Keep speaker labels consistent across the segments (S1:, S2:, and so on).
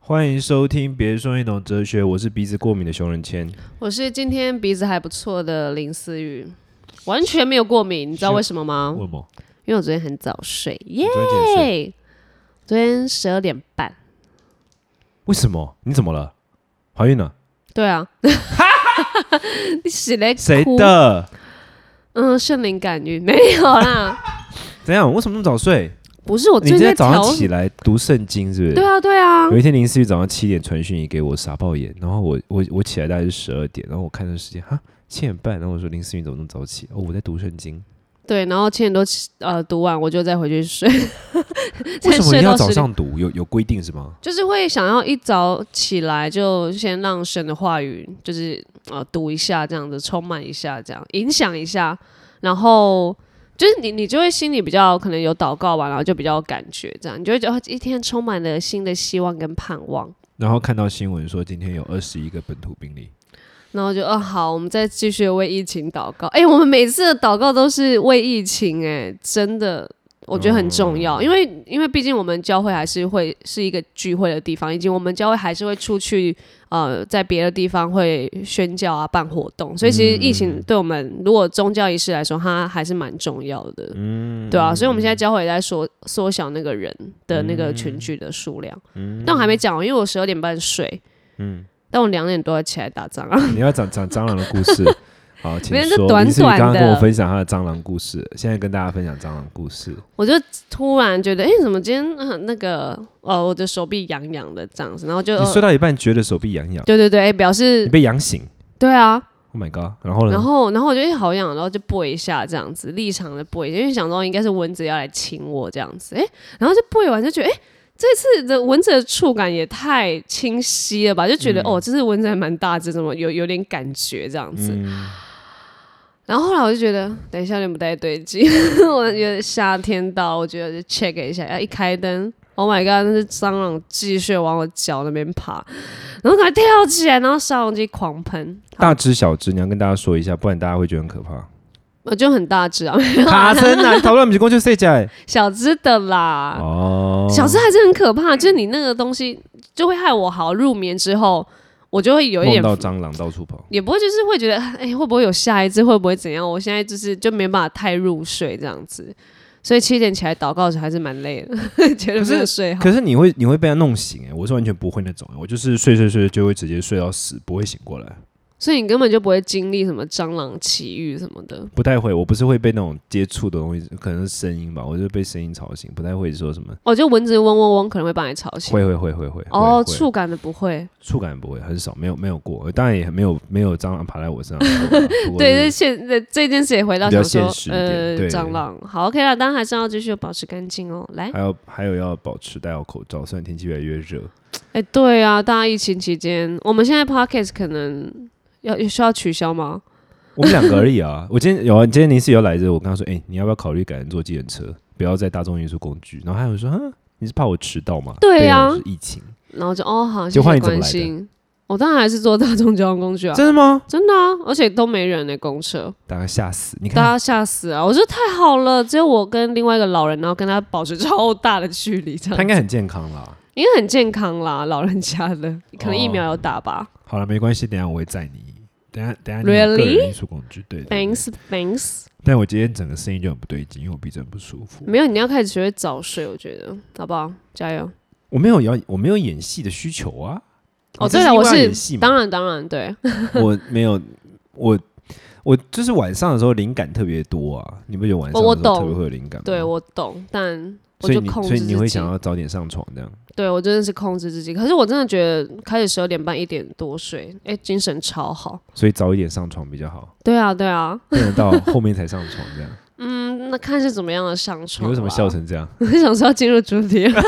S1: 欢迎收听《别说一懂哲学》，我是鼻子过敏的熊仁谦。
S2: 我是今天鼻子还不错的林思雨，完全没有过敏，你知道为什么吗？
S1: 问吗？
S2: 因为我昨天很早睡，耶、
S1: 昨天几点睡？
S2: 昨天十二点半。
S1: 为什么？你怎么了？怀孕了？
S2: 对啊，你洗嘞？
S1: 谁？的？
S2: 嗯，圣灵感孕没有 啦，
S1: 怎样？为什么那么早睡？
S2: 不是我
S1: 你
S2: 最
S1: 今
S2: 近在
S1: 天早上
S2: 调
S1: 起来读圣经是不是？
S2: 对啊，对啊
S1: 有，一天林思雨早上七点传讯息给我，傻爆眼。然后我我我起来大概是十二点，然后我看这时间，哈，七点半。然后我说林思雨怎么那么早起？哦，我在读圣经。
S2: 对，然后七点多起呃读完我就再回去睡，再
S1: 为什么
S2: 睡
S1: 你要
S2: 到
S1: 早
S2: 10点？
S1: 上读？有有规定是吗？
S2: 就是会想要一早起来就先让神的话语，就是呃读一下这样子，充满一下这样，影响一下，然后就是你你就会心里比较可能有祷告完，然后就比较有感觉这样，你就会觉得哦一天充满了新的希望跟盼望，
S1: 然后看到新闻说今天有二十一个本土病例，
S2: 然后就哦好，我们再继续为疫情祷告。哎，我们每次的祷告都是为疫情，哎，真的。我觉得很重要，因为因为毕竟我们教会还是会是一个聚会的地方，以及我们教会还是会出去呃，在别的地方会宣教啊，办活动，所以其实疫情对我们如果宗教仪式来说，它还是蛮重要的，嗯，嗯对啊，所以我们现在教会也在缩缩小那个人的那个群聚的数量，但我还没讲完，因为我十二点半睡，嗯，但我两点多要起来打仗啊，
S1: 你要讲讲蟑螂的故 事。好，请
S2: 没有这
S1: 说。
S2: 短
S1: 林思雨刚刚
S2: 短的
S1: 跟我分享他的蟑螂故事，现在跟大家分享蟑螂故事。
S2: 我就突然觉得，哎、怎么今天、呃、那个呃，我的手臂痒痒的这样子，然后就哦
S1: 你睡到一半觉得手臂痒痒，
S2: 对对对，诶表
S1: 你
S2: 示
S1: 被痒醒。
S2: 对啊，
S1: Oh my god！然后呢？
S2: 然后然后我就诶好痒，然后就拨一下这样子，立场的拨一下，因为想说应该是蚊子要来亲我这样子，哎、然后就拨完就觉得，哎、这次的蚊子的触感也太清晰了吧，就觉得、哦，这次蚊子还蛮大只，怎么有有点感觉这样子。然后后来我就觉得，等一下有点不太对劲， 我觉得夏天到，我觉得就 check 一下，要哎一开灯，Oh my god，那是蟑螂继续往我脚那边爬，然后它跳起来，然后杀虫剂狂喷，
S1: 大只小只，你要跟大家说一下，不然大家会觉得很可 怕。
S2: 我就很大只啊，
S1: 卡森啊，你讨论不是过去睡觉欸？
S2: 小只的啦，
S1: 哦，
S2: 小只还是很可怕，就是你那个东西就会害我好入眠之后，我就会有一
S1: 梦
S2: 点
S1: 到蟑螂到处跑。
S2: 也不会，就是会觉得，哎、会不会有下一次？会不会怎样？我现在就是就没办法太入睡这样子，所以七点起来祷告的时候还是蛮累的， 觉得没有睡好。
S1: 可是你会你会被它弄醒哎、我是完全不会那种、欸，我就是睡睡睡就会直接睡到死，不会醒过来，
S2: 所以你根本就不会经历什么蟑螂奇遇什么的。
S1: 不太会。我不是会被那种接触的东西，可能是声音吧，我就被声音吵醒，不太会说什么。
S2: 哦，就蚊子嗡嗡嗡可能会把你吵醒。
S1: 会会会会会
S2: 哦，
S1: 会会
S2: 触感的不会。
S1: 触感不会很少，没有没有过，当然也没有没有蟑螂爬在我身上过啊。不过
S2: 对，
S1: 就
S2: 这
S1: 是
S2: 现这这件事也回到
S1: 比较
S2: 想说
S1: 现实，一点
S2: 呃
S1: 对，
S2: 蟑螂好 OK 了，当然还是要继续保持干净哦。来，
S1: 还有还有要保持戴好口罩，虽然天气越来越热，
S2: 哎、对啊，大家疫情期间，我们现在 podcast 可能要需要取消吗？
S1: 我们两个而已啊。我今天有啊，今天临时有来着，我跟他说，哎、你要不要考虑改成坐计程车，不要再搭众运输工具？然后他有说，啊，你是怕我迟到吗？
S2: 对啊
S1: 我是疫情，
S2: 然后就哦好，谢
S1: 就换
S2: 谢
S1: 你怎么
S2: 关
S1: 来的
S2: 心。我当然还是坐大众交通工具啊，
S1: 真的吗？
S2: 真的啊，而且都没人呢、公车，
S1: 大家吓死！你
S2: 大
S1: 看，
S2: 家吓死啊！我说太好了，只有我跟另外一个老人，然后跟他保持超大的距离，这
S1: 他应
S2: 样
S1: 该很健康啦。
S2: 应该很健康啦，老人家的，可能疫
S1: 哦
S2: 苗有打吧。
S1: 好了，没关系，等一下我会载你。等一下，等一下你有个
S2: Really？
S1: 人运输工具，对对对
S2: Thanks, thanks。
S1: 但我今天整个声音就很不对劲，因为我鼻子很不舒服。
S2: 没有，你要开始学会早睡，我觉得，好不好？加油！
S1: 我没有要，我没有演戏的需求啊。
S2: 哦，
S1: 你这
S2: 对了，我
S1: 因为要
S2: 是
S1: 演戏嘛
S2: 当然当然对，
S1: 我没有，我我就是晚上的时候灵感特别多啊。你不觉得晚上
S2: 我我
S1: 的时候特
S2: 懂
S1: 别会有灵感吗？
S2: 对我懂，但我
S1: 所以
S2: 就
S1: 你
S2: 控制
S1: 所以你
S2: 自
S1: 会
S2: 己
S1: 想要早点上床这样。
S2: 对我真的是控制自己，可是我真的觉得开始十二点半一点多睡，哎、精神超好。
S1: 所以早一点上床比较好，
S2: 对啊，对啊，
S1: 不能到后面才上床 这样。
S2: 嗯，那看是怎么样的上
S1: 你
S2: 床。
S1: 为什么笑？成这样？
S2: 我想说要进入主题了。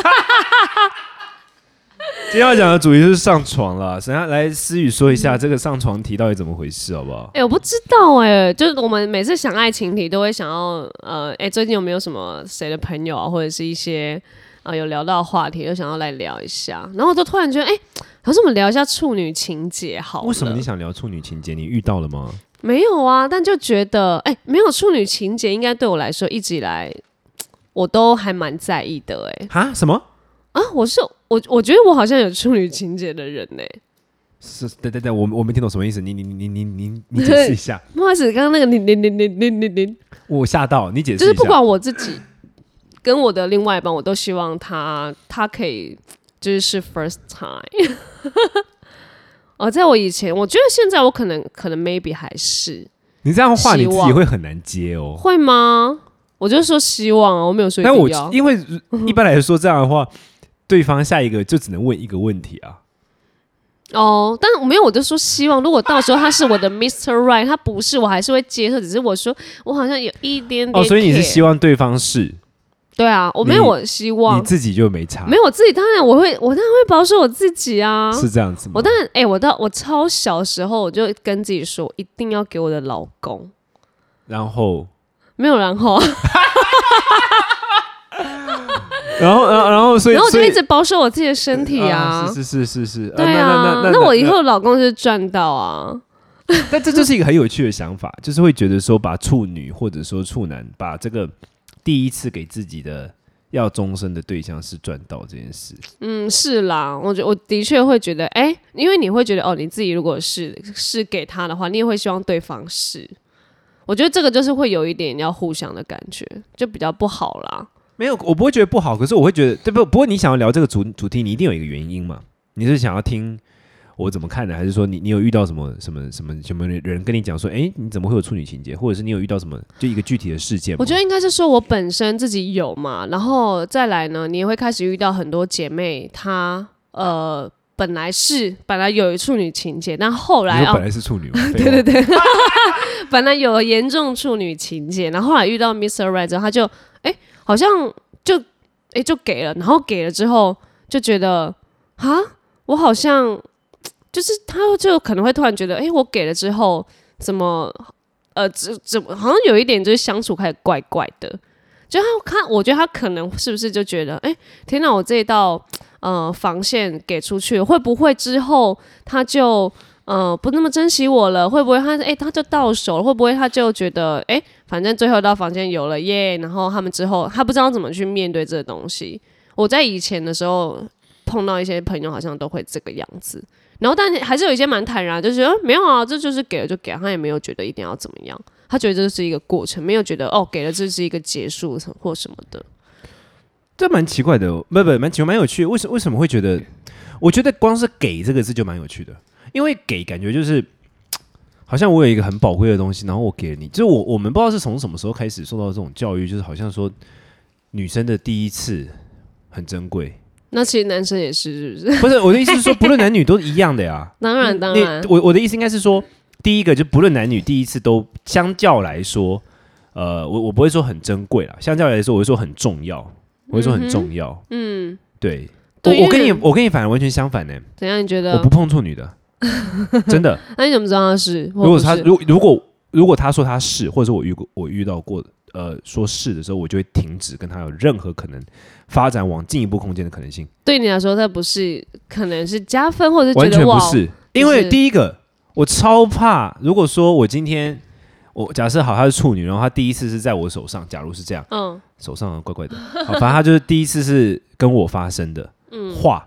S1: 今天要讲的主题就是上床了。等下来思雨说一下这个上床题到底怎么回事，好不好？
S2: 嗯哎、我不知道哎、就是我们每次想爱情题都会想要，呃，哎、最近有没有什么谁的朋友啊，或者是一些呃有聊到的话题，就想要来聊一下。然后我就突然觉得，哎、还是我们聊一下处女情节好了。
S1: 为什么你想聊处女情节？你遇到了吗？
S2: 没有啊，但就觉得，哎、没有处女情节，应该对我来说一直以来我都还蛮在意的、哎，
S1: 哈？什么？
S2: 啊，我是我，我觉得我好像有处女情节的人呢、哎
S1: 是，对对对，我我没听懂什么意思，你你你你你你解释一下，
S2: 不好意思，刚刚那个零零零零零零零，
S1: 我吓到，你解释
S2: 就
S1: 一
S2: 是
S1: 下。
S2: 不管我自己跟我的另外一半，我都希望他他可以就是是 first time。哦，在我以前，我觉得现在我可能可能 maybe 还是
S1: 你这样话，你
S2: 希
S1: 自
S2: 望
S1: 己会很难接哦。
S2: 会吗？我就说希望啊，我没有说一
S1: 但我
S2: 定要。
S1: 因为
S2: 嗯
S1: 一般来说这样的话，对方下一个就只能问一个问题啊。
S2: 哦，但我没有，我就说希望，如果到时候他是我的 Mr. Right，他不是，我还是会接受。只是我说我好像有一点点 care、
S1: 哦，所以你是希望对方是，
S2: 对啊，我没有
S1: 你
S2: 我希
S1: 你
S2: 望，
S1: 自己就没差，
S2: 没有我自己，当然我会，我当然会保守我自己啊。
S1: 是这样子吗？
S2: 我当然，哎、我到我超小时候，我就跟自己说，一定要给我的老公，
S1: 然后，
S2: 没有 然后，
S1: 然后，然后，然后，所以，
S2: 然后我就
S1: 所以
S2: 一直保守我自己的身体啊。
S1: 是是是是是，呃
S2: 对
S1: 那
S2: 啊，
S1: 那
S2: 我以，后老公就是赚到啊！
S1: 但这就是一个很有趣的想法，就是会觉得说，把处女或者说处男，把这个第一次给自己的要终身的对象是赚到这件事，
S2: 嗯，是啦，我觉我的确会觉得，哎、因为你会觉得，哦，你自己如果是是给他的话，你也会希望对方是。我觉得这个就是会有一点要互相的感觉，就比较不好啦。
S1: 没有，我不会觉得不好，可是我会觉得，对不？不过你想要聊这个主主题，你一定有一个原因嘛？你是想要听我怎么看的，还是说你你有遇到什么什么什么什么人跟你讲说，哎，你怎么会有处女情节，或者是你有遇到什么就一个具体的事件吗？
S2: 我觉得应该是说我本身自己有嘛，然后再来呢，你也会开始遇到很多姐妹，她呃本来是本来有处女情节，但后来
S1: 你说
S2: 啊
S1: 本来是处女 嘛，对
S2: 对对对，本来有严重处女情节，然后后来遇到 Mr. Right 之后，他就哎、好像就哎、就给了，然后给了之后就觉得啊，我好像就是他就可能会突然觉得，哎、我给了之后怎么呃怎怎么好像有一点就是相处开始怪怪的。就他看，我觉得他可能是不是就觉得，哎、天哪，我这一道呃防线给出去，会不会之后他就呃，不那么珍惜我了，会不会他哎、他就到手了？会不会他就觉得哎、反正最后到房间有了耶然后他们之后他不知道怎么去面对这个东西。我在以前的时候碰到一些朋友，好像都会这个样子。然后，但还是有一些蛮坦然，就觉得、呃没有啊，这就是给了就给了，他也没有觉得一定要怎么样，他觉得这是一个过程，没有觉得哦给了这是一个结束或什么的。
S1: 这蛮奇怪的哦，不不蛮奇怪，蛮有趣的。为什为什么会觉得？我觉得光是“给”这个字就蛮有趣的，因为“给”感觉就是好像我有一个很宝贵的东西，然后我给了你。就是我我们不知道是从什么时候开始受到这种教育，就是好像说女生的第一次很珍贵，
S2: 那其实男生也是，是不是？
S1: 不是我的意思是说，不论男女都一样的呀。
S2: 当然，当
S1: 嗯那
S2: 然，
S1: 我我的意思应该是说，第一个就不论男女，第一次都相较来说，呃，我我不会说很珍贵啦，相较来说，我会说很重要，我会说很重要。嗯，对。我
S2: 对因为啊
S1: 我跟你我跟你反而完全相反呢、
S2: 怎样？你觉
S1: 我
S2: 得
S1: 不？碰处女 的，真的。
S2: 那你怎么知道他是？
S1: 如果他
S2: 或不是
S1: 如如果如果他说他是，或者说我遇过我遇到过呃说是的时候，我就会停止跟他有任何可能发展往进一步空间的可能性。
S2: 对你来说，它不是可能是加分，或者是觉
S1: 完
S2: 得
S1: 全
S2: 哇
S1: 不，是，因为第一个我超怕，如果说我今天我假设好她是处女，然后她第一次是在我手上，假如是这样，
S2: 嗯，
S1: 手上怪怪的，好，反正她就是第一次是跟我发生的
S2: 嗯
S1: 话，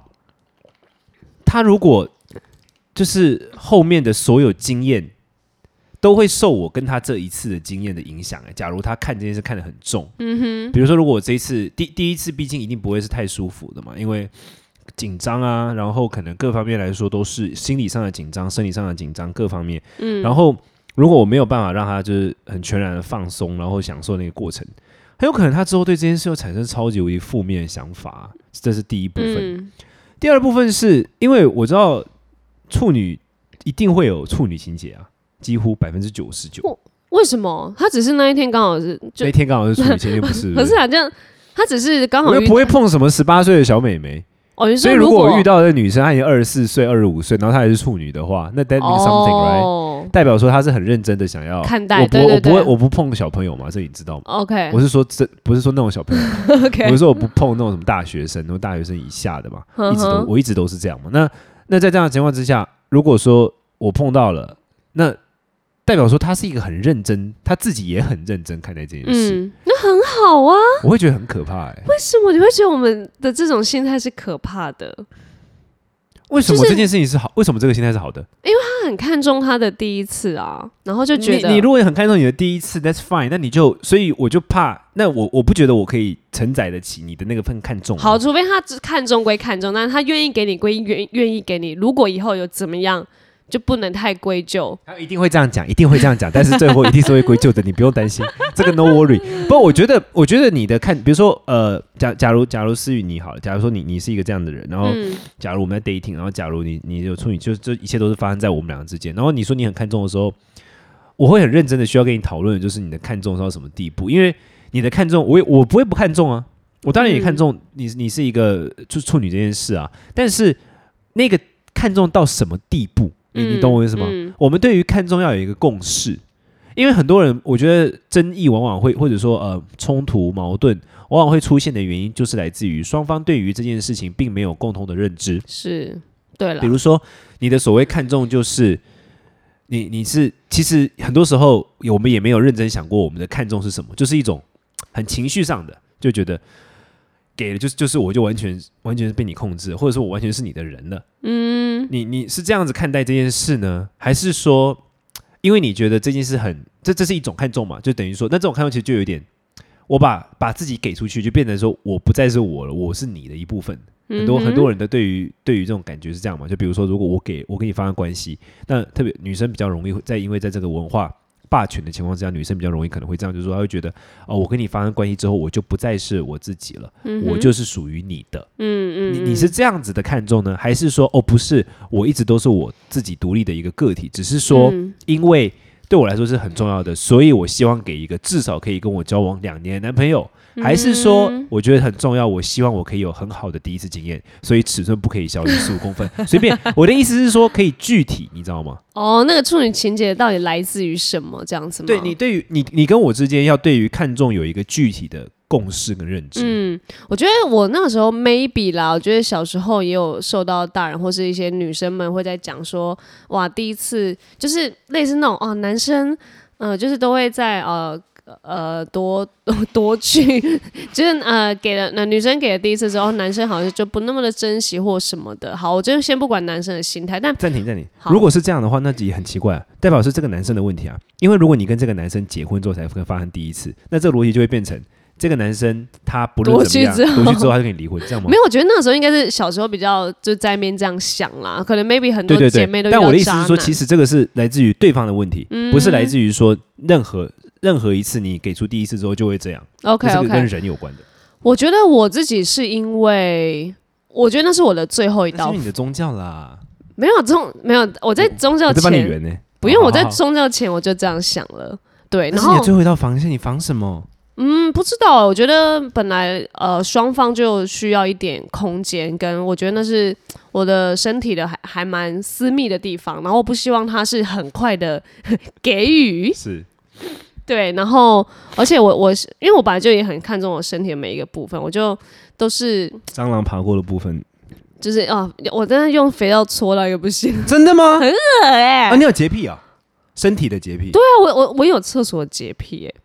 S1: 她如果就是后面的所有经验。都会受我跟她这一次的经验的影响。哎，假如她看这件事看得很重，嗯哼，比如说，如果我这一次第第一次，毕竟一定不会是太舒服的嘛，因为紧张啊，然后可能各方面来说都是心理上的紧张、生理上的紧张各方面。嗯，然后如果我没有办法让他就是很全然的放松，然后享受那个过程，很有可能他之后对这件事又产生超级无敌负面的想法，这是第一部分。
S2: 嗯，
S1: 第二部分是因为我知道处女一定会有处女情节啊，几乎百分之九十九。
S2: 为什么？他只是那一天刚好是，哦就
S1: 那天刚好是处女，前天不 是？
S2: 可是好像他只是刚好
S1: 我又
S2: 遇
S1: 不，会碰什么十八岁的小美眉。
S2: 哦，你
S1: 所
S2: 说
S1: 以如果
S2: 果
S1: 我遇到的女生她已经二十四岁、二十五岁，然后她还是处女的话，那 that means something right？、
S2: 哦
S1: 代表说她是很认真的想要
S2: 看待
S1: 我不
S2: 对对
S1: 我不会
S2: 对
S1: 我不碰小朋友嘛，这你知道吗？
S2: ，OK
S1: 我是说这不是说那种小朋友，我
S2: OK，
S1: 是说我不碰那种什么大学生，那种大学生以下的嘛，
S2: 嗯哼
S1: 一直都我一直都是这样嘛。那那在这样的情况之下，如果说我碰到了，那代表说他是一个很认真，他自己也很认真看待这件事，
S2: 嗯，那很好啊。
S1: 我会觉得很可怕、哎，
S2: 为什么你会觉得我们的这种心态是可怕的？
S1: 为什么
S2: 就是
S1: 这件事情是好？为什么这个心态是好的？
S2: 他很看重他的第一次啊，然后就觉
S1: 你
S2: 得
S1: 你如果很看重你的第一次，That's fine，那你就所以我就怕，那我我不觉得我可以承载得起你的那个份看重啊。
S2: 好，除非他只看重归看重，但是他愿意给你归愿愿意给你。如果以后有怎么样，就不能太归咎。
S1: 他一定会这样讲，一定会这样讲，但是最后一定是会归咎的，你不用 担心，这个 no worry。不，我觉得，我觉得你的看，比如说，呃，假假如假如思雨你好了，假如说你你是一个这样的人，然后
S2: 嗯
S1: 假如我们在 dating，然后假如你你有处女，就这一切都是发生在我们两个之间，然后你说你很看重的时候，我会很认真的需要跟你讨论，的就是你的看重是到什么地步，因为你的看重，我也我不会不看重啊，我当然也看重你，你是一个处处女这件事啊，但是那个看重到什么地步，你你懂我意思吗？
S2: 嗯
S1: 我们对于看重要有一个共识，因为很多人我觉得争议往往会或者说呃冲突矛盾往往会出现的原因，就是来自于双方对于这件事情并没有共同的认知。
S2: 是对了
S1: 比，如说，你的所谓看重就是你你是其实很多时候我们也没有认真想过我们的看重是什么，就是一种很情绪上的，就觉得给了就是就是我就完全完全是被你控制，或者说我完全是你的人了。
S2: 嗯，
S1: 你你是这样子看待这件事呢，还是说，因为你觉得这件事很这这是一种看重嘛？就等于说，那这种看重其实就有点，我把把自己给出去，就变成说我不再是我了，我是你的一部分。很多、
S2: 嗯哼
S1: 很多人的对于对于这种感觉是这样嘛？就比如说，如果我给我跟你发生关系，那特别女生比较容易会在因为在这个文化霸权的情况之下，女生比较容易可能会这样，就是说她会觉得哦，我跟你发生关系之后，我就不再是我自己了，
S2: 嗯哼
S1: 我就是属于你的。
S2: 嗯嗯，
S1: 你你是这样子的看重呢，还是说哦不是，我一直都是我自己独立的一个个体，只是说
S2: 嗯
S1: 因为对我来说是很重要的，所以我希望给一个至少可以跟我交往两年的男朋友，还是说
S2: 嗯
S1: 我觉得很重要，我希望我可以有很好的第一次经验，所以尺寸不可以小于十五公分， 随便。我的意思是说可以具体，你知道吗？
S2: 哦，那个处女情节到底来自于什么？这样子吗？
S1: 对你对于你你跟我之间要对于看重有一个具体的共识跟认知，
S2: 嗯，我觉得我那个时候 maybe 啦，我觉得小时候也有受到大人或是一些女生们会在讲说，哇，第一次就是类似那种哦，男生，呃，就是都会在呃。呃， 夺夺去， 就是呃，给了那、女生给了第一次之后，哦男生好像就不那么的珍惜或什么的。好，我就先不管男生的心态，但
S1: 暂停暂停。
S2: 好
S1: 如果是这样的话，那也很奇怪、啊，代表是这个男生的问题啊。因为如果你跟这个男生结婚之后才会发生第一次，那这个逻辑就会变成这个男生他不论
S2: 夺
S1: 怎么样
S2: 去之后
S1: 夺去之后他就跟你离婚，这样吗
S2: 没？有，我觉得那个时候应该是小时候比较就在面这样想啦，可能 maybe 很多
S1: 对对
S2: 姐
S1: 对
S2: 妹都。遇
S1: 但
S2: 到
S1: 我的意思
S2: 渣
S1: 是说，
S2: 男
S1: 其实这个是来自于对方的问题，
S2: 嗯
S1: 不是来自于说任何任何一次你给出第一次之后就会这样，
S2: OK
S1: 这是
S2: OK，
S1: 跟人有关的。
S2: 我觉得我自己是因为，我觉得那是我的最后一
S1: 那是因
S2: 刀
S1: 为，你的宗教啦，
S2: 没有宗没有，我在宗教
S1: 我在帮你
S2: 前
S1: 圆呢。
S2: 不用，
S1: 好
S2: 我在
S1: 好好
S2: 宗教前我就这样想了。对，
S1: 那
S2: 然
S1: 是你
S2: 后
S1: 的最后一道防线，你防什么？
S2: 嗯，不知道，我觉得本来呃双方就需要一点空间，跟我觉得那是我的身体的还还蛮私密的地方，然后我不希望他是很快的 给予，
S1: 是
S2: 对，然后而且我我是因为我本来就也很看重我身体的每一个部分，我就都是
S1: 蟑螂爬过的部分，
S2: 就是啊，我真的用肥皂搓到一个不行。
S1: 真的吗？
S2: 哎、
S1: 啊，你有洁癖啊？身体的洁癖？对，
S2: 对啊，我我我有厕所洁癖、哎，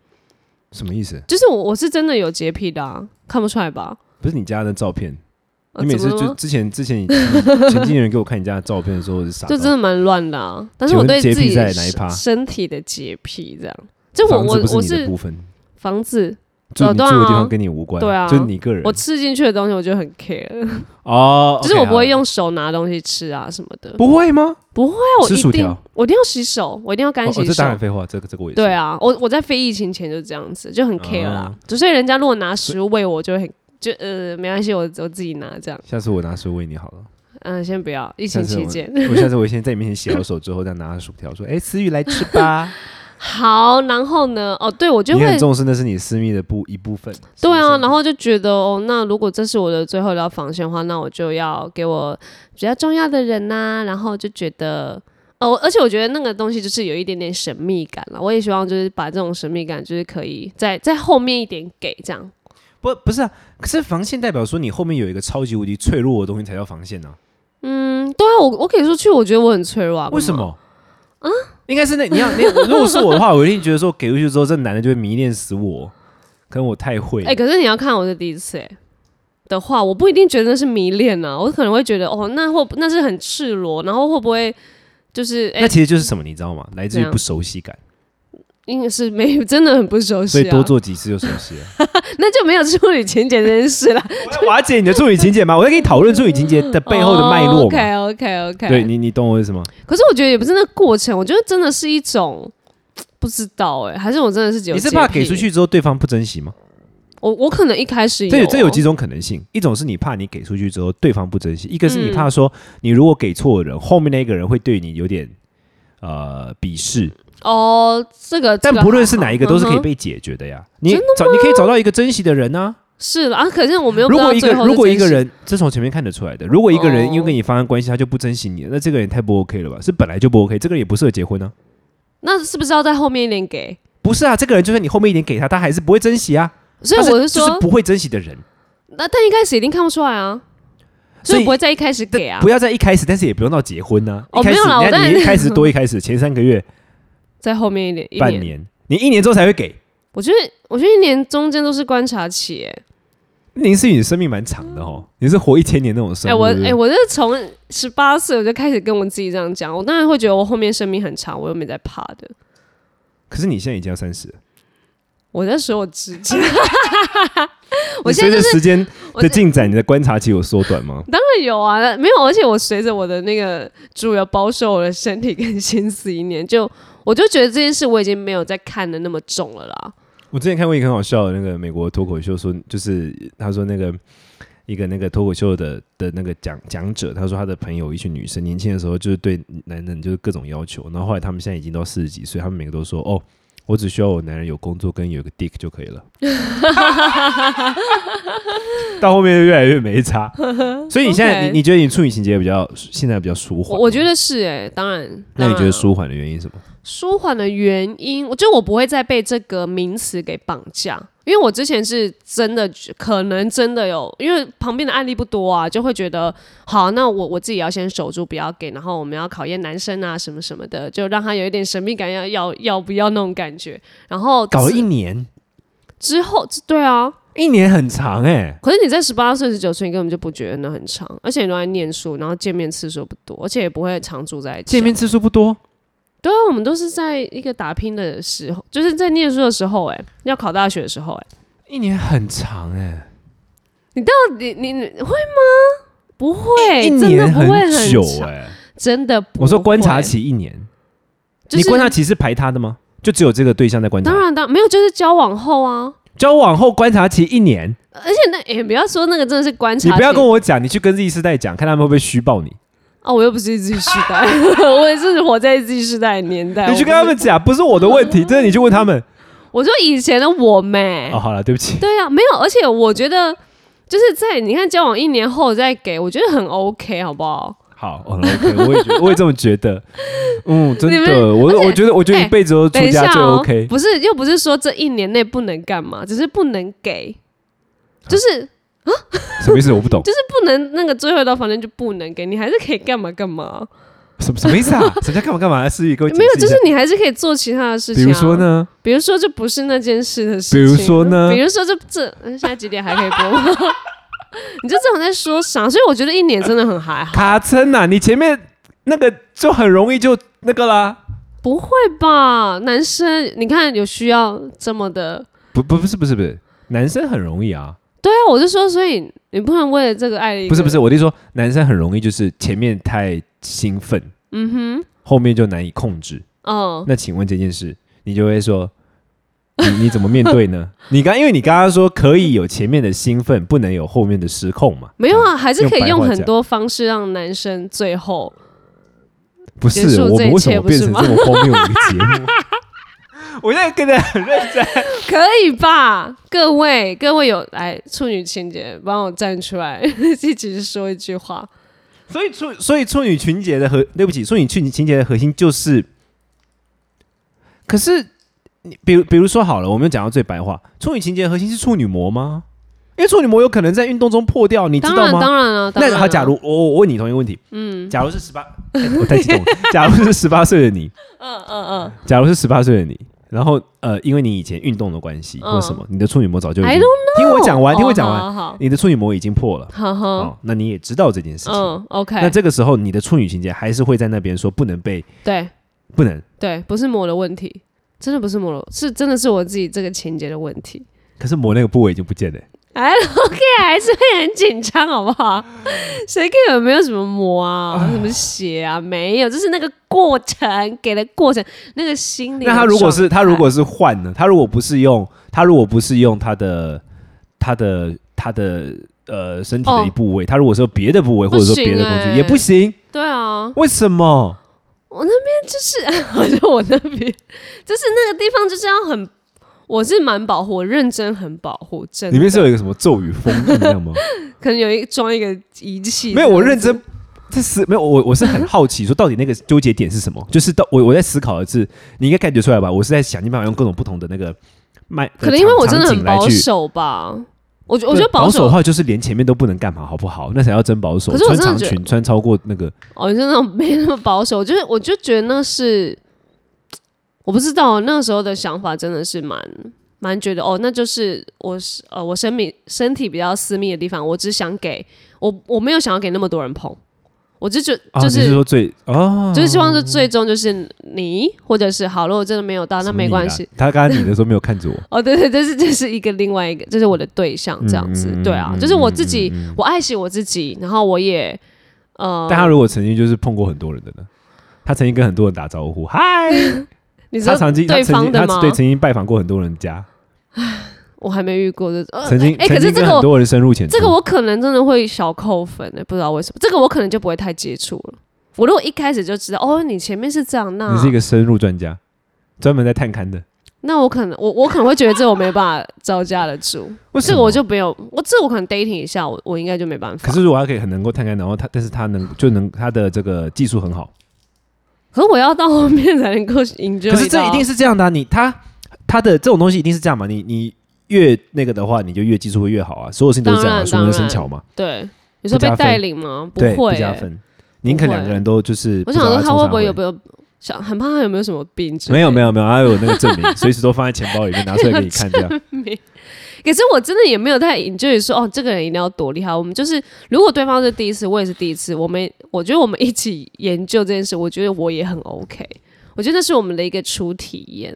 S1: 什么意思？
S2: 就是我我是真的有洁癖的、啊，看不出来吧？
S1: 不是你家的照片，
S2: 呃
S1: 你每次
S2: 怎么了
S1: 就
S2: 吗
S1: 之前之前你前几年给我看你家的照片的时候，我是傻到，
S2: 就真的蛮乱的、啊，但是我
S1: 请
S2: 对
S1: 问洁
S2: 自
S1: 癖
S2: 己
S1: 在
S2: 的
S1: 哪一
S2: 身
S1: 趴
S2: 身体的洁癖这样，就我
S1: 房
S2: 我
S1: 子不
S2: 我
S1: 你的
S2: 是
S1: 部分，
S2: 房子，
S1: 住
S2: 呃
S1: 你住
S2: 对啊
S1: 的地方跟你无关，
S2: 对啊
S1: 就是你个人。
S2: 我吃进去的东西我就很 care，
S1: 哦，
S2: 就是
S1: OK，
S2: 我不
S1: 好，
S2: 会用手拿东西吃啊什么的，
S1: 不会吗？
S2: 不会啊，我
S1: 吃
S2: 一
S1: 薯
S2: 定
S1: 条
S2: 我一定要洗手，我一定要干
S1: 哦，
S2: 洗
S1: 这
S2: 手。
S1: 当然废话，这个这个我也是
S2: 对，啊，我我在非疫情前就这样子，就很 care 啦
S1: 啊。
S2: 就所以人家如果拿食物喂我，我就会很就呃没关系，我我自己拿这样。
S1: 下次我拿食物喂你好了。
S2: 嗯、先不要，疫
S1: 下
S2: 情
S1: 次
S2: 期
S1: 我
S2: 间。
S1: 我下次我先在你面前洗好手之后，再拿薯条说：“哎，思雨来吃 吧。
S2: 好，然后呢？哦，对，我”就
S1: 你
S2: 会
S1: 很重视，那是你私密的部一部分。
S2: 对
S1: 是不
S2: 啊，
S1: 是
S2: 然后就觉得哦，那如果这是我的最后一道防线的话，那我就要给我比较重要的人呐、然后就觉得。哦，而且我觉得那个东西就是有一点点神秘感了。我也希望就是把这种神秘感，就是可以在在后面一点给这样。
S1: 不不是啊，可是防线代表说你后面有一个超级无敌脆弱的东西才叫防线呢。
S2: 嗯，对啊，我我可以说去，我觉得我很脆弱啊。
S1: 为什
S2: 干嘛？
S1: 么？应该是那你要你如果是我的话，我一定觉得说给出去之后，这男的就会迷恋死我，可能我太会了。
S2: 哎、可是你要看我的第一次、哎的话，我不一定觉得那是迷恋啊，我可能会觉得哦，那会那是很赤裸，然后会不会就是哎
S1: 那，其实就是什么，你知道吗？来自于
S2: 怎样
S1: 不熟悉感，
S2: 因为是没有真的很不熟
S1: 所
S2: 悉、啊，
S1: 以多做几次就熟悉了。
S2: 那就没有处女情节这件事了，
S1: 我要瓦解你的处女情节嘛？我在跟你讨论处女情节的 背后的脉络嘛？
S2: OK OK OK，
S1: 对你，你懂我意思吗？
S2: 哦可是我觉得也不是那个过程，我觉得真的是一种不知道哎、还是我真的是有
S1: 你是
S2: 洁
S1: 怕给
S2: 癖
S1: 出去之后对方不珍惜吗？
S2: 我我可能一开始有、
S1: 这有这有
S2: 哦
S1: 几种可能性，一种是你怕你给出去之后对方不珍惜，一个是你
S2: 嗯
S1: 怕说你如果给错人，后面那个人会对你有点呃鄙视。
S2: 哦，这个
S1: 但
S2: 这个
S1: 不论
S2: 还
S1: 是
S2: 好
S1: 哪一个，都是可以
S2: 嗯哼
S1: 被解决的呀。你找你可以找到一个珍惜的人啊。
S2: 是啦、啊，可是我们又不
S1: 如
S2: 知道
S1: 果一个
S2: 最后
S1: 如
S2: 这
S1: 果一
S2: 件
S1: 个
S2: 事
S1: 人，这从前面看得出来的，如果一个人因为
S2: 哦
S1: 跟你发生关系，他就不珍惜你了，那这个人太不 OK 了吧？是本来就不 OK，这个人也不适合结婚啊。
S2: 那是不是要在后面一点给？
S1: 不是啊，这个人就算你后面一点给他，他还是不会珍惜啊。
S2: 所以
S1: 他
S2: 我
S1: 是
S2: 说，
S1: 就是不会珍惜的人，
S2: 那但一开始一定看不出来啊，
S1: 所
S2: 所
S1: 以
S2: 以不会在一开始给啊
S1: 不，要在一开始，但是也不用到结婚呢、
S2: 哦
S1: 一开始，
S2: 没有啦
S1: 你
S2: 我当
S1: 看
S2: 然
S1: 你一开始多一开始，前三个月、
S2: 在后面一点一
S1: 半
S2: 年。
S1: 年，你一年之后才会给。
S2: 我觉得，我觉得一年中间都是观察期、哎
S1: 林思雨你生命蛮长的哦，你是活一千年那种生
S2: 哎、
S1: 物。
S2: 我
S1: 对不
S2: 哎、
S1: 对
S2: 我是从十八岁我就开始跟我自己这样讲，我当然会觉得我后面生命很长，我又没在怕的。
S1: 可是你现在已经要三十，
S2: 我在说我 自己，我
S1: 你
S2: 现
S1: 随着
S2: 在就是
S1: 时间
S2: 我
S1: 的进展，你的观察期有缩短吗？
S2: 当然有啊，那没有，而且我随着我的那个主流饱受我的身体跟心思一年，就我就觉得这件事我已经没有再看的那么重了啦。
S1: 我之前看过一个很好笑的那个美国脱口秀说，就是他说那个一个那个脱口秀的的那个讲讲者，他说他的朋友一群女生年轻的时候就是对男人就是各种要求，然后后来他们现在已经到四十几岁，他们每个都说哦，我只需要我男人有工作跟有一个 dick 就可以了。 到后面就越来越没差，所以你现在
S2: OK
S1: 你你觉得你处女情节比较现在比较舒
S2: 我
S1: 缓？
S2: 我觉得是哎、当然。
S1: 那你觉
S2: 当
S1: 得
S2: 然
S1: 舒缓的原因是什么？
S2: 舒缓的原因，我觉得我不会再被这个名词给绑架，因为我之前是真的可能真的有，因为旁边的案例不多啊，就会觉得好，那我我自己要先守住，不要给，然后我们要考验男生啊什么什么的，就让他有一点神秘感，要要要不要那种感觉。然后
S1: 搞了
S2: 之
S1: 一年，
S2: 之后，对啊，
S1: 一年很长哎、
S2: 可是你在十八岁、十九岁，你根本就不觉得那很长，而且你都在念书，然后见面次数不多，而且也不会常住在一起啊。
S1: 见面次数不多。
S2: 对啊，我们都是在一个打拼的时候，就是在念书的时候、哎，要考大学的时候、哎，
S1: 一年很长哎、
S2: 那你你你会吗？不会，
S1: 一
S2: 哎真的
S1: 年
S2: 不会
S1: 久
S2: 长
S1: 哎、
S2: 真的不会。
S1: 我说观察，期一年，
S2: 就是
S1: 你观察期是排他的吗？就只有这个对象在观察
S2: 当。然当没有，就是交往后啊，
S1: 交往后观察期一年，
S2: 而且那哎也、不要说那个真的是观察期，
S1: 你不要跟我讲，你去跟 Z 世代讲，看他们会不会虚报你。
S2: 哦，我又不是 Z 世代， 我也是活在 Z 世代的年代。
S1: 你去
S2: 我不
S1: 跟
S2: 是
S1: 他们，讲，不是我的问 题，真的你去问他们。
S2: 我说以前的我没、
S1: 哦，好了，对不起，
S2: 哎对啊，没有，而且我觉得就是在你看交往一年后再给，我觉得很 OK，好不好？
S1: 好哦，OK，我也觉得，我也这么觉得。嗯，真
S2: 你
S1: 的，
S2: 们
S1: 我
S2: 而且
S1: 我觉得，我觉得
S2: 哎
S1: 一辈子都出
S2: 等一
S1: 家
S2: 下
S1: 最
S2: 哦
S1: OK。
S2: 不是又不是说这一年内不能干嘛，只是不能给，就是
S1: 什么意思？我不懂，
S2: 就是不能那个最后一道房间就不能给你，还是可以干嘛干嘛，
S1: 什么什么意思啊？什么叫干嘛干嘛？思雨给我解
S2: 没有，
S1: 释一
S2: 就是
S1: 下
S2: 你还是可以做其他的事
S1: 比
S2: 情、啊。
S1: 如说？呢？
S2: 比如说这不是那件事的事情。
S1: 比如说呢
S2: 比如说这这嗯现在几点还可以播 吗？你就这种在说啥？所以我觉得一年真的很还好，
S1: 卡称呐、你前面那个就很容易就那个啦。
S2: 不会吧？男生，你看有需要这么的？
S1: 不不不是不是不是，男生很容易啊，
S2: 对啊，我就说，所以你不能为了这个爱了一个
S1: 不是不是，，我弟说男生很容易就是前面太兴奋，
S2: 嗯
S1: 后面就难以控制。
S2: 哼，嗯，
S1: 那请问这件事，你就会说。你你怎么面对 呢？你刚因为你刚刚说可以有前面的兴奋，不能有后面的失控嘛？
S2: 没有啊，还是可以
S1: 用
S2: 用
S1: 白话
S2: 很
S1: 讲
S2: 多方式让男生最后
S1: 不
S2: 结
S1: 是
S2: 束
S1: 我
S2: 这一
S1: 们为什
S2: 切
S1: 么
S2: 不
S1: 变
S2: 是
S1: 成
S2: 吗
S1: 这么荒谬的一个节目？ 我现在跟大家很认真，
S2: 可以吧？各位，各位有来处女情节，帮我站出来，一起说一句话。
S1: 所以处所以处女情节的核，对不起，处女情情节的核心就是，可是你比如比如说好了，我们讲到最白话，处女情节的核心是处女膜吗？因为处女膜有可能在运动中破掉，你知
S2: 当
S1: 道
S2: 然
S1: 吗？
S2: 当然了，当然
S1: 那
S2: 了。
S1: 好，假如我我我问你同一个问题，嗯，假如是十八、哎我太激动了。假如是十八岁的你，
S2: 嗯嗯嗯
S1: 假如是十八岁的你，然后呃，因为你以前运动的关系
S2: 嗯
S1: 或什么，你的处女膜早就已
S2: I
S1: 经
S2: don't
S1: 听我讲完，
S2: 哦
S1: 听我讲完，
S2: 好好
S1: 你的处女膜已经破了。
S2: 好，好
S1: 哦，那你也知道这件事情。
S2: 嗯，OK，
S1: 那这个时候，你的处女情节还是会在那边说不能被，
S2: 对
S1: 不能。
S2: 对，不是膜的问题，真的不是膜的，是真的是我自己这个情节的问题。
S1: 可是膜那个部位已经不见了、
S2: 哎，OK，还 是会很紧张，好不好？
S1: 嗯
S2: 谁给有没有什么 膜啊，什么血啊？没有，就是那个过程给的过程，那个哎心理的
S1: 那
S2: 状态。
S1: 他如果是他如果是换呢？他如果不是用他如果不是用他的他的他的呃身体的一
S2: 哦
S1: 部位，他如果说别的部位或者说别的工具、
S2: 不行欸
S1: 也不行，
S2: 对啊，
S1: 为什么？
S2: 我那边就是我觉得我那边就是那个地方就是要很，我是蛮保护，我认真很保护，真的
S1: 里面是有一个什么咒语封印，这样 吗？
S2: 可能有一装一个仪器。
S1: 没有，我认真，这是没有我，我是很好奇，说到底那个纠结点是什么？就是到我我在思考的是，你应该感觉出来吧？我是在想尽办法用各种不同的那个卖，
S2: 可能因为我真的
S1: 场景
S2: 很
S1: 来
S2: 保
S1: 去。
S2: 守吧，我觉我
S1: 对
S2: 觉得
S1: 保
S2: 守
S1: 的话就是连前面都不能干嘛，好不好？那才叫真保守。
S2: 可是我
S1: 穿
S2: 真的
S1: 长
S2: 觉得
S1: 裙穿超过那个，
S2: 哦，你是那种没那么保守，就是我就觉得那是，我不知道那个时候的想法真的是蛮蛮觉得哦，那就是我是呃我生命身体比较私密的地方，我只想给我我没有想要给那么多人碰，我就觉
S1: 啊、
S2: 就
S1: 你
S2: 是。
S1: 说最哦，
S2: 就是希望是最终就是你，或者是好，如果真的没有到，那
S1: 什么
S2: 没
S1: 你
S2: 关
S1: 啦
S2: 系。。
S1: 他刚刚你的时候没有看着我，
S2: 哦，对对，这是这是一个另外一个，这是我的对象这样子。
S1: 嗯
S2: 对啊，就是我自己，我爱惜我自己，然后我也呃，
S1: 但他如果曾经就是碰过很多人的呢？他曾经跟很多人打招 呼，嗨，
S2: 你知
S1: 他
S2: 道
S1: 曾经
S2: 对
S1: 他曾
S2: 方
S1: 经
S2: 的
S1: 他
S2: 吗？
S1: 对曾经拜访过很多人家，
S2: 我还没遇过这种。呃
S1: 曾经
S2: 哎、
S1: 曾
S2: 可是
S1: 经
S2: 这
S1: 跟
S2: 个
S1: 很
S2: 我
S1: 多人深入浅出。
S2: 这个我可能真的会小扣分的、不知道为什么。这个我可能就不会太接触了。我如果一开始就知道，哦，你前面是这样，那
S1: 你是一个深入专家，专门在探勘的。
S2: 那我可能我我可能会觉得这我没办法招架得 住，
S1: 为什
S2: 这
S1: 么
S2: 个我就没有，我这个我可能 dating 一下，我我应该就没办法。
S1: 可是如果他可以很能够探勘，然后他，但是他能就能他的这个技术很好。
S2: 可是我要到后面才能够 enjoy
S1: 可是这
S2: 到
S1: 一定是这样的、啊，你他他的这种东西一定是这样嘛？你你越那个的话，你就越技术会越好啊。所有事情都是这样、啊，
S2: 当然
S1: 熟能生
S2: 当然
S1: 巧嘛，
S2: 对。你说
S1: 不加
S2: 被
S1: 分
S2: 带领吗？不
S1: 对，
S2: 会、
S1: 不加
S2: 欸。
S1: 分。宁可
S2: 不会
S1: 两个人都就是，
S2: 我想说
S1: 知
S2: 他
S1: 道
S2: 会
S1: 冲
S2: 不会
S1: 啥
S2: 有没有想很怕他有没有什么病之类的？
S1: 没有没有没有，他有那个证 明，随时都放在钱包里面拿出来给你看，这样。
S2: 可是我真的也没有太 enjoy 说哦，这个人一定要多厉害。我们就是，如果对方是第一次，我也是第一次，我们我觉得我们一起研究这件事，我觉得我也很 OK。我觉得那是我们的一个初体验。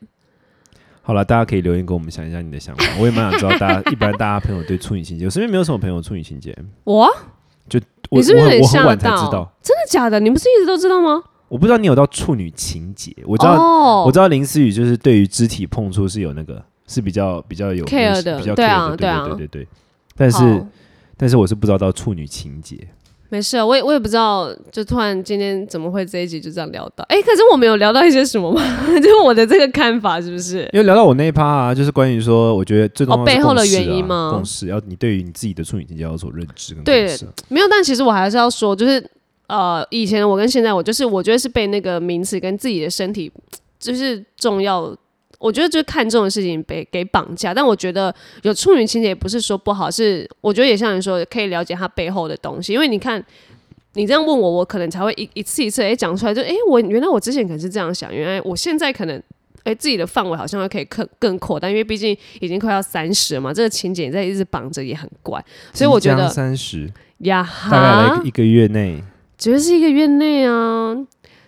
S1: 好了，大家可以留言跟我们想一下你的想法，我也蛮想知道大家一般大家朋友对处女情节，我身边没有什么朋友处女情节，
S2: 我啊
S1: 我
S2: 你是不是
S1: 我很
S2: 有点
S1: 我很晚才
S2: 吓
S1: 知
S2: 到
S1: 道，
S2: 真的假的？你不是一直都知道吗？
S1: 我不知道你有到处女情节，我
S2: 我
S1: 知道、
S2: 哦、
S1: 我知道林思雨就是对于肢体碰触是有那个是比较比较有
S2: care 的
S1: 比较 care
S2: 对啊
S1: 的
S2: 对啊
S1: 对对对对。但是
S2: 好
S1: 但是我是不知道到处女情节，
S2: 哦没事啊，我也我也不知道，就突然今天怎么会这一集就这样聊到？哎、可是我们有聊到一些什么吗？ 就是我的这个看法是不是？
S1: 因为聊到我那一趴啊，就是关于说，我觉得最重要
S2: 哦
S1: 是
S2: 背后的
S1: 共识啊
S2: 原因吗
S1: 共识要你对于你自己的处女情节要有所认知跟
S2: 对
S1: 共识啊
S2: 没有，但其实我还是要说，就是呃，以前我跟现在我，就是我觉得是被那个名词跟自己的身体，就是重要，我觉得就是看重的事情被给绑架。但我觉得有处女情节也不是说不好，是我觉得也像你说，可以了解它背后的东西，因为你看。你这样问我，我可能才会一一次一次哎讲、出来就，诶哎我原来我之前可能是这样想，原来我现在可能哎、自己的范围好像可以更更扩大，因为毕竟已经快要三十了嘛，这个情节在一直绑着也很怪，所以我觉得
S1: 三十
S2: 呀
S1: 大概来
S2: 哈
S1: 一，个月内，
S2: 绝对是一个月内啊。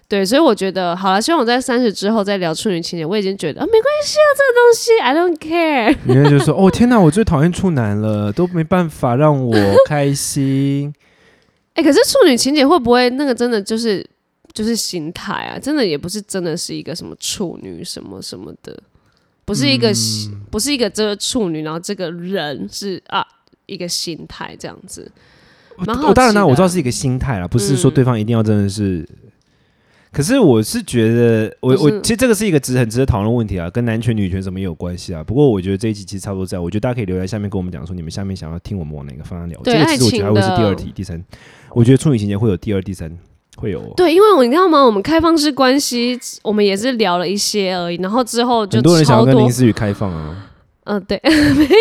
S2: 对，所以我觉得好了，希望我在三十之后再聊处女情节，我已经觉得啊，没关系啊，这个东西 I don't care。
S1: 你会就说 哦天哪，我最讨厌处男了，都没办法让我开心。
S2: 哎、可是处女情节会不会那个真的就是就是心态啊？真的也不是真的是一个什么处女什么什么的，不是一个、
S1: 嗯
S2: 不是一个这个处女，然后这个人是啊一个心态这样子。蛮好
S1: 我当然
S2: 奇
S1: 啦，
S2: 的啊
S1: 我知道是一个心态啦，不是说
S2: 嗯
S1: 对方一定要真的是。可是我是觉得，我
S2: 不
S1: 我
S2: 是
S1: 其实这个是一个值很值得讨论的问题啊，跟男权女权什么也有关系啊。不过我觉得这一集其实差不多这样，我觉得大家可以留在下面跟我们讲说，你们下面想要听我们往哪个方向聊。
S2: 对
S1: 这个其实我觉得
S2: 爱
S1: 还
S2: 情
S1: 会
S2: 的
S1: 是第二题、第三。我觉得处女情节会有第二、第三，会有哦、
S2: 对，因为我你知道吗？我们开放式关系，我们也是聊了一些而已，然后之后就
S1: 很多人想
S2: 超
S1: 要跟
S2: 多
S1: 林思雨开放啊。
S2: 嗯，对，没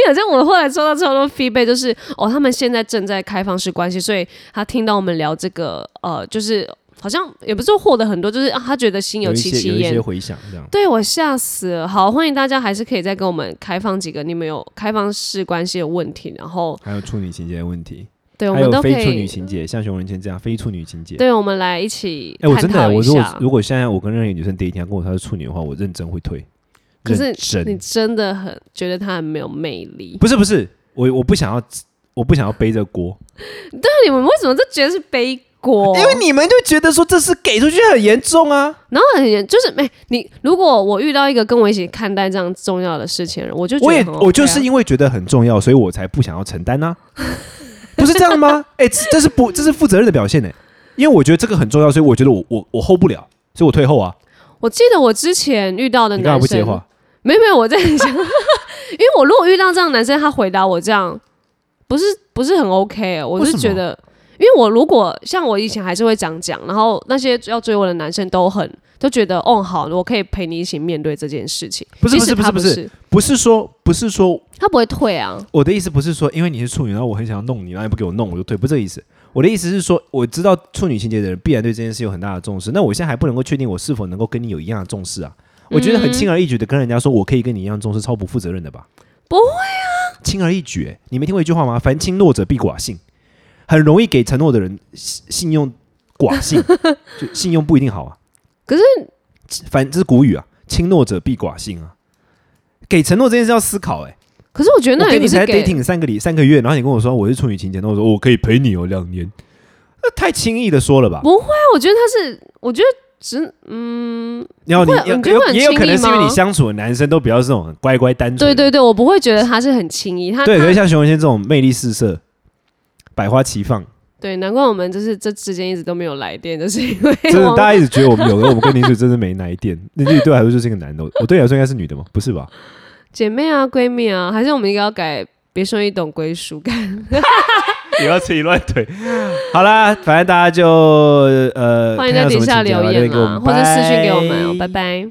S2: 有。像我后来收到超多 feedback，就是哦，他们现在正在开放式关系，所以他听到我们聊这个，呃，就是好像也不是说获得很多，就是、啊、他觉得心有
S1: 有一
S2: 戚
S1: 些
S2: 戚
S1: 有一
S2: 焉
S1: 些。回响这样。
S2: 对我吓死了。好，欢迎大家还是可以再跟我们开放几个你们有开放式关系的问题，然后
S1: 还有处女情节的问题，
S2: 对我
S1: 还
S2: 们
S1: 有
S2: 都可
S1: 非处女
S2: 以，
S1: 情节，像熊仁谦这样非处女情节。
S2: 对我们来一起
S1: 哎、我
S2: 探
S1: 真的、
S2: 讨
S1: 我
S2: 一
S1: 如
S2: 下
S1: 果。如果现在我跟任何一个女生第一天跟我她是处女的话，我认真会退。
S2: 可是
S1: 认真
S2: 你真的很觉得他很没有魅力，
S1: 不是不是，我我不想要，我不想要背着锅，
S2: 那你们为什么就觉得是 背锅？
S1: 因为你们就觉得说这是给出去很严重啊。
S2: 然后很严就是没、你，如果我遇到一个跟我一起看待这样重要的事情的人，我就觉
S1: 我
S2: 得
S1: 也
S2: 很 OK 啊
S1: 我就是因为觉得很重要，所以我才不想要承担 呐、不是这样吗？哎、这这是不这是负责任的表现呢、因为我觉得这个很重要，所以我觉得我我我 hold 不了，所以我退后啊。
S2: 我记得我之前遇到的
S1: 你干嘛
S2: 男
S1: 不接
S2: 生，
S1: 话？
S2: 没有没有，我在想，因 为我如果遇到这样的男生，他回答我这样，不是不是很 OK，我
S1: 为
S2: 是
S1: 什么
S2: 觉得，因为我如果像我以前还是会讲讲，然后那些要追我的男生都很都觉得，哦好，我可以陪你一起面对这件事情，
S1: 不是
S2: 即使
S1: 不是
S2: 他
S1: 不
S2: 不
S1: 是不是说不是说
S2: 他不会退啊，
S1: 我的意思不是说因为你是处女，然后我很想要弄你，然后你不给我弄，我就退，不是这个意思。我的意思是说，我知道处女情节的人必然对这件事有很大的重视，那我现在还不能够确定我是否能够跟你有一样的重视啊。我觉得很轻而易举的跟人家说我可以跟你一样重视，超不负责任的吧？
S2: 不会
S1: 啊，轻而易举、欸你没听过一句话吗？凡轻诺者必寡信，很容易给承诺的人信信用寡信，就信用不一定好啊。
S2: 可是
S1: 反这是古语啊，轻诺者必寡信啊。给承诺这件事要思考、欸，
S2: 可是我觉得
S1: 我
S2: 哎那
S1: 跟
S2: 也不
S1: 你
S2: 是
S1: 才
S2: 给
S1: dating 三个礼三个月，然后你跟我说我是处女情节，那我说我可以陪你哦两年，那太轻易的说了吧？
S2: 不会啊，我觉得他是，我觉得只嗯，
S1: 然后你
S2: 会
S1: 也
S2: 你觉得
S1: 有
S2: 很
S1: 也有可
S2: 轻易
S1: 能是因为你
S2: 吗
S1: 相处的男生都比较是那种很乖乖单纯，
S2: 对对对，我不会觉得他是很轻易，他
S1: 对，
S2: 他
S1: 可是像熊文先这种魅力四射、百花齐 放，
S2: 对，难怪我们就是这之间一直都没有来电，就是 因为
S1: 真的
S2: 我
S1: 大家一直觉得我们有，我们跟林雪真的没哪一点， 林雪对我来说就是一个男的，我对你来说应该是女的吗？不是吧？
S2: 姐妹啊、闺蜜啊，还是我们应该要改“别说你懂归属感
S1: 也要自己乱腿。 好啦，反正大家就”，呃，
S2: 欢迎
S1: 看有
S2: 在
S1: 什
S2: 底
S1: 么
S2: 下
S1: 请教
S2: 留
S1: 留
S2: 言
S1: 给我
S2: 啊，
S1: 们
S2: 或者私信给我们、哦，拜。拜。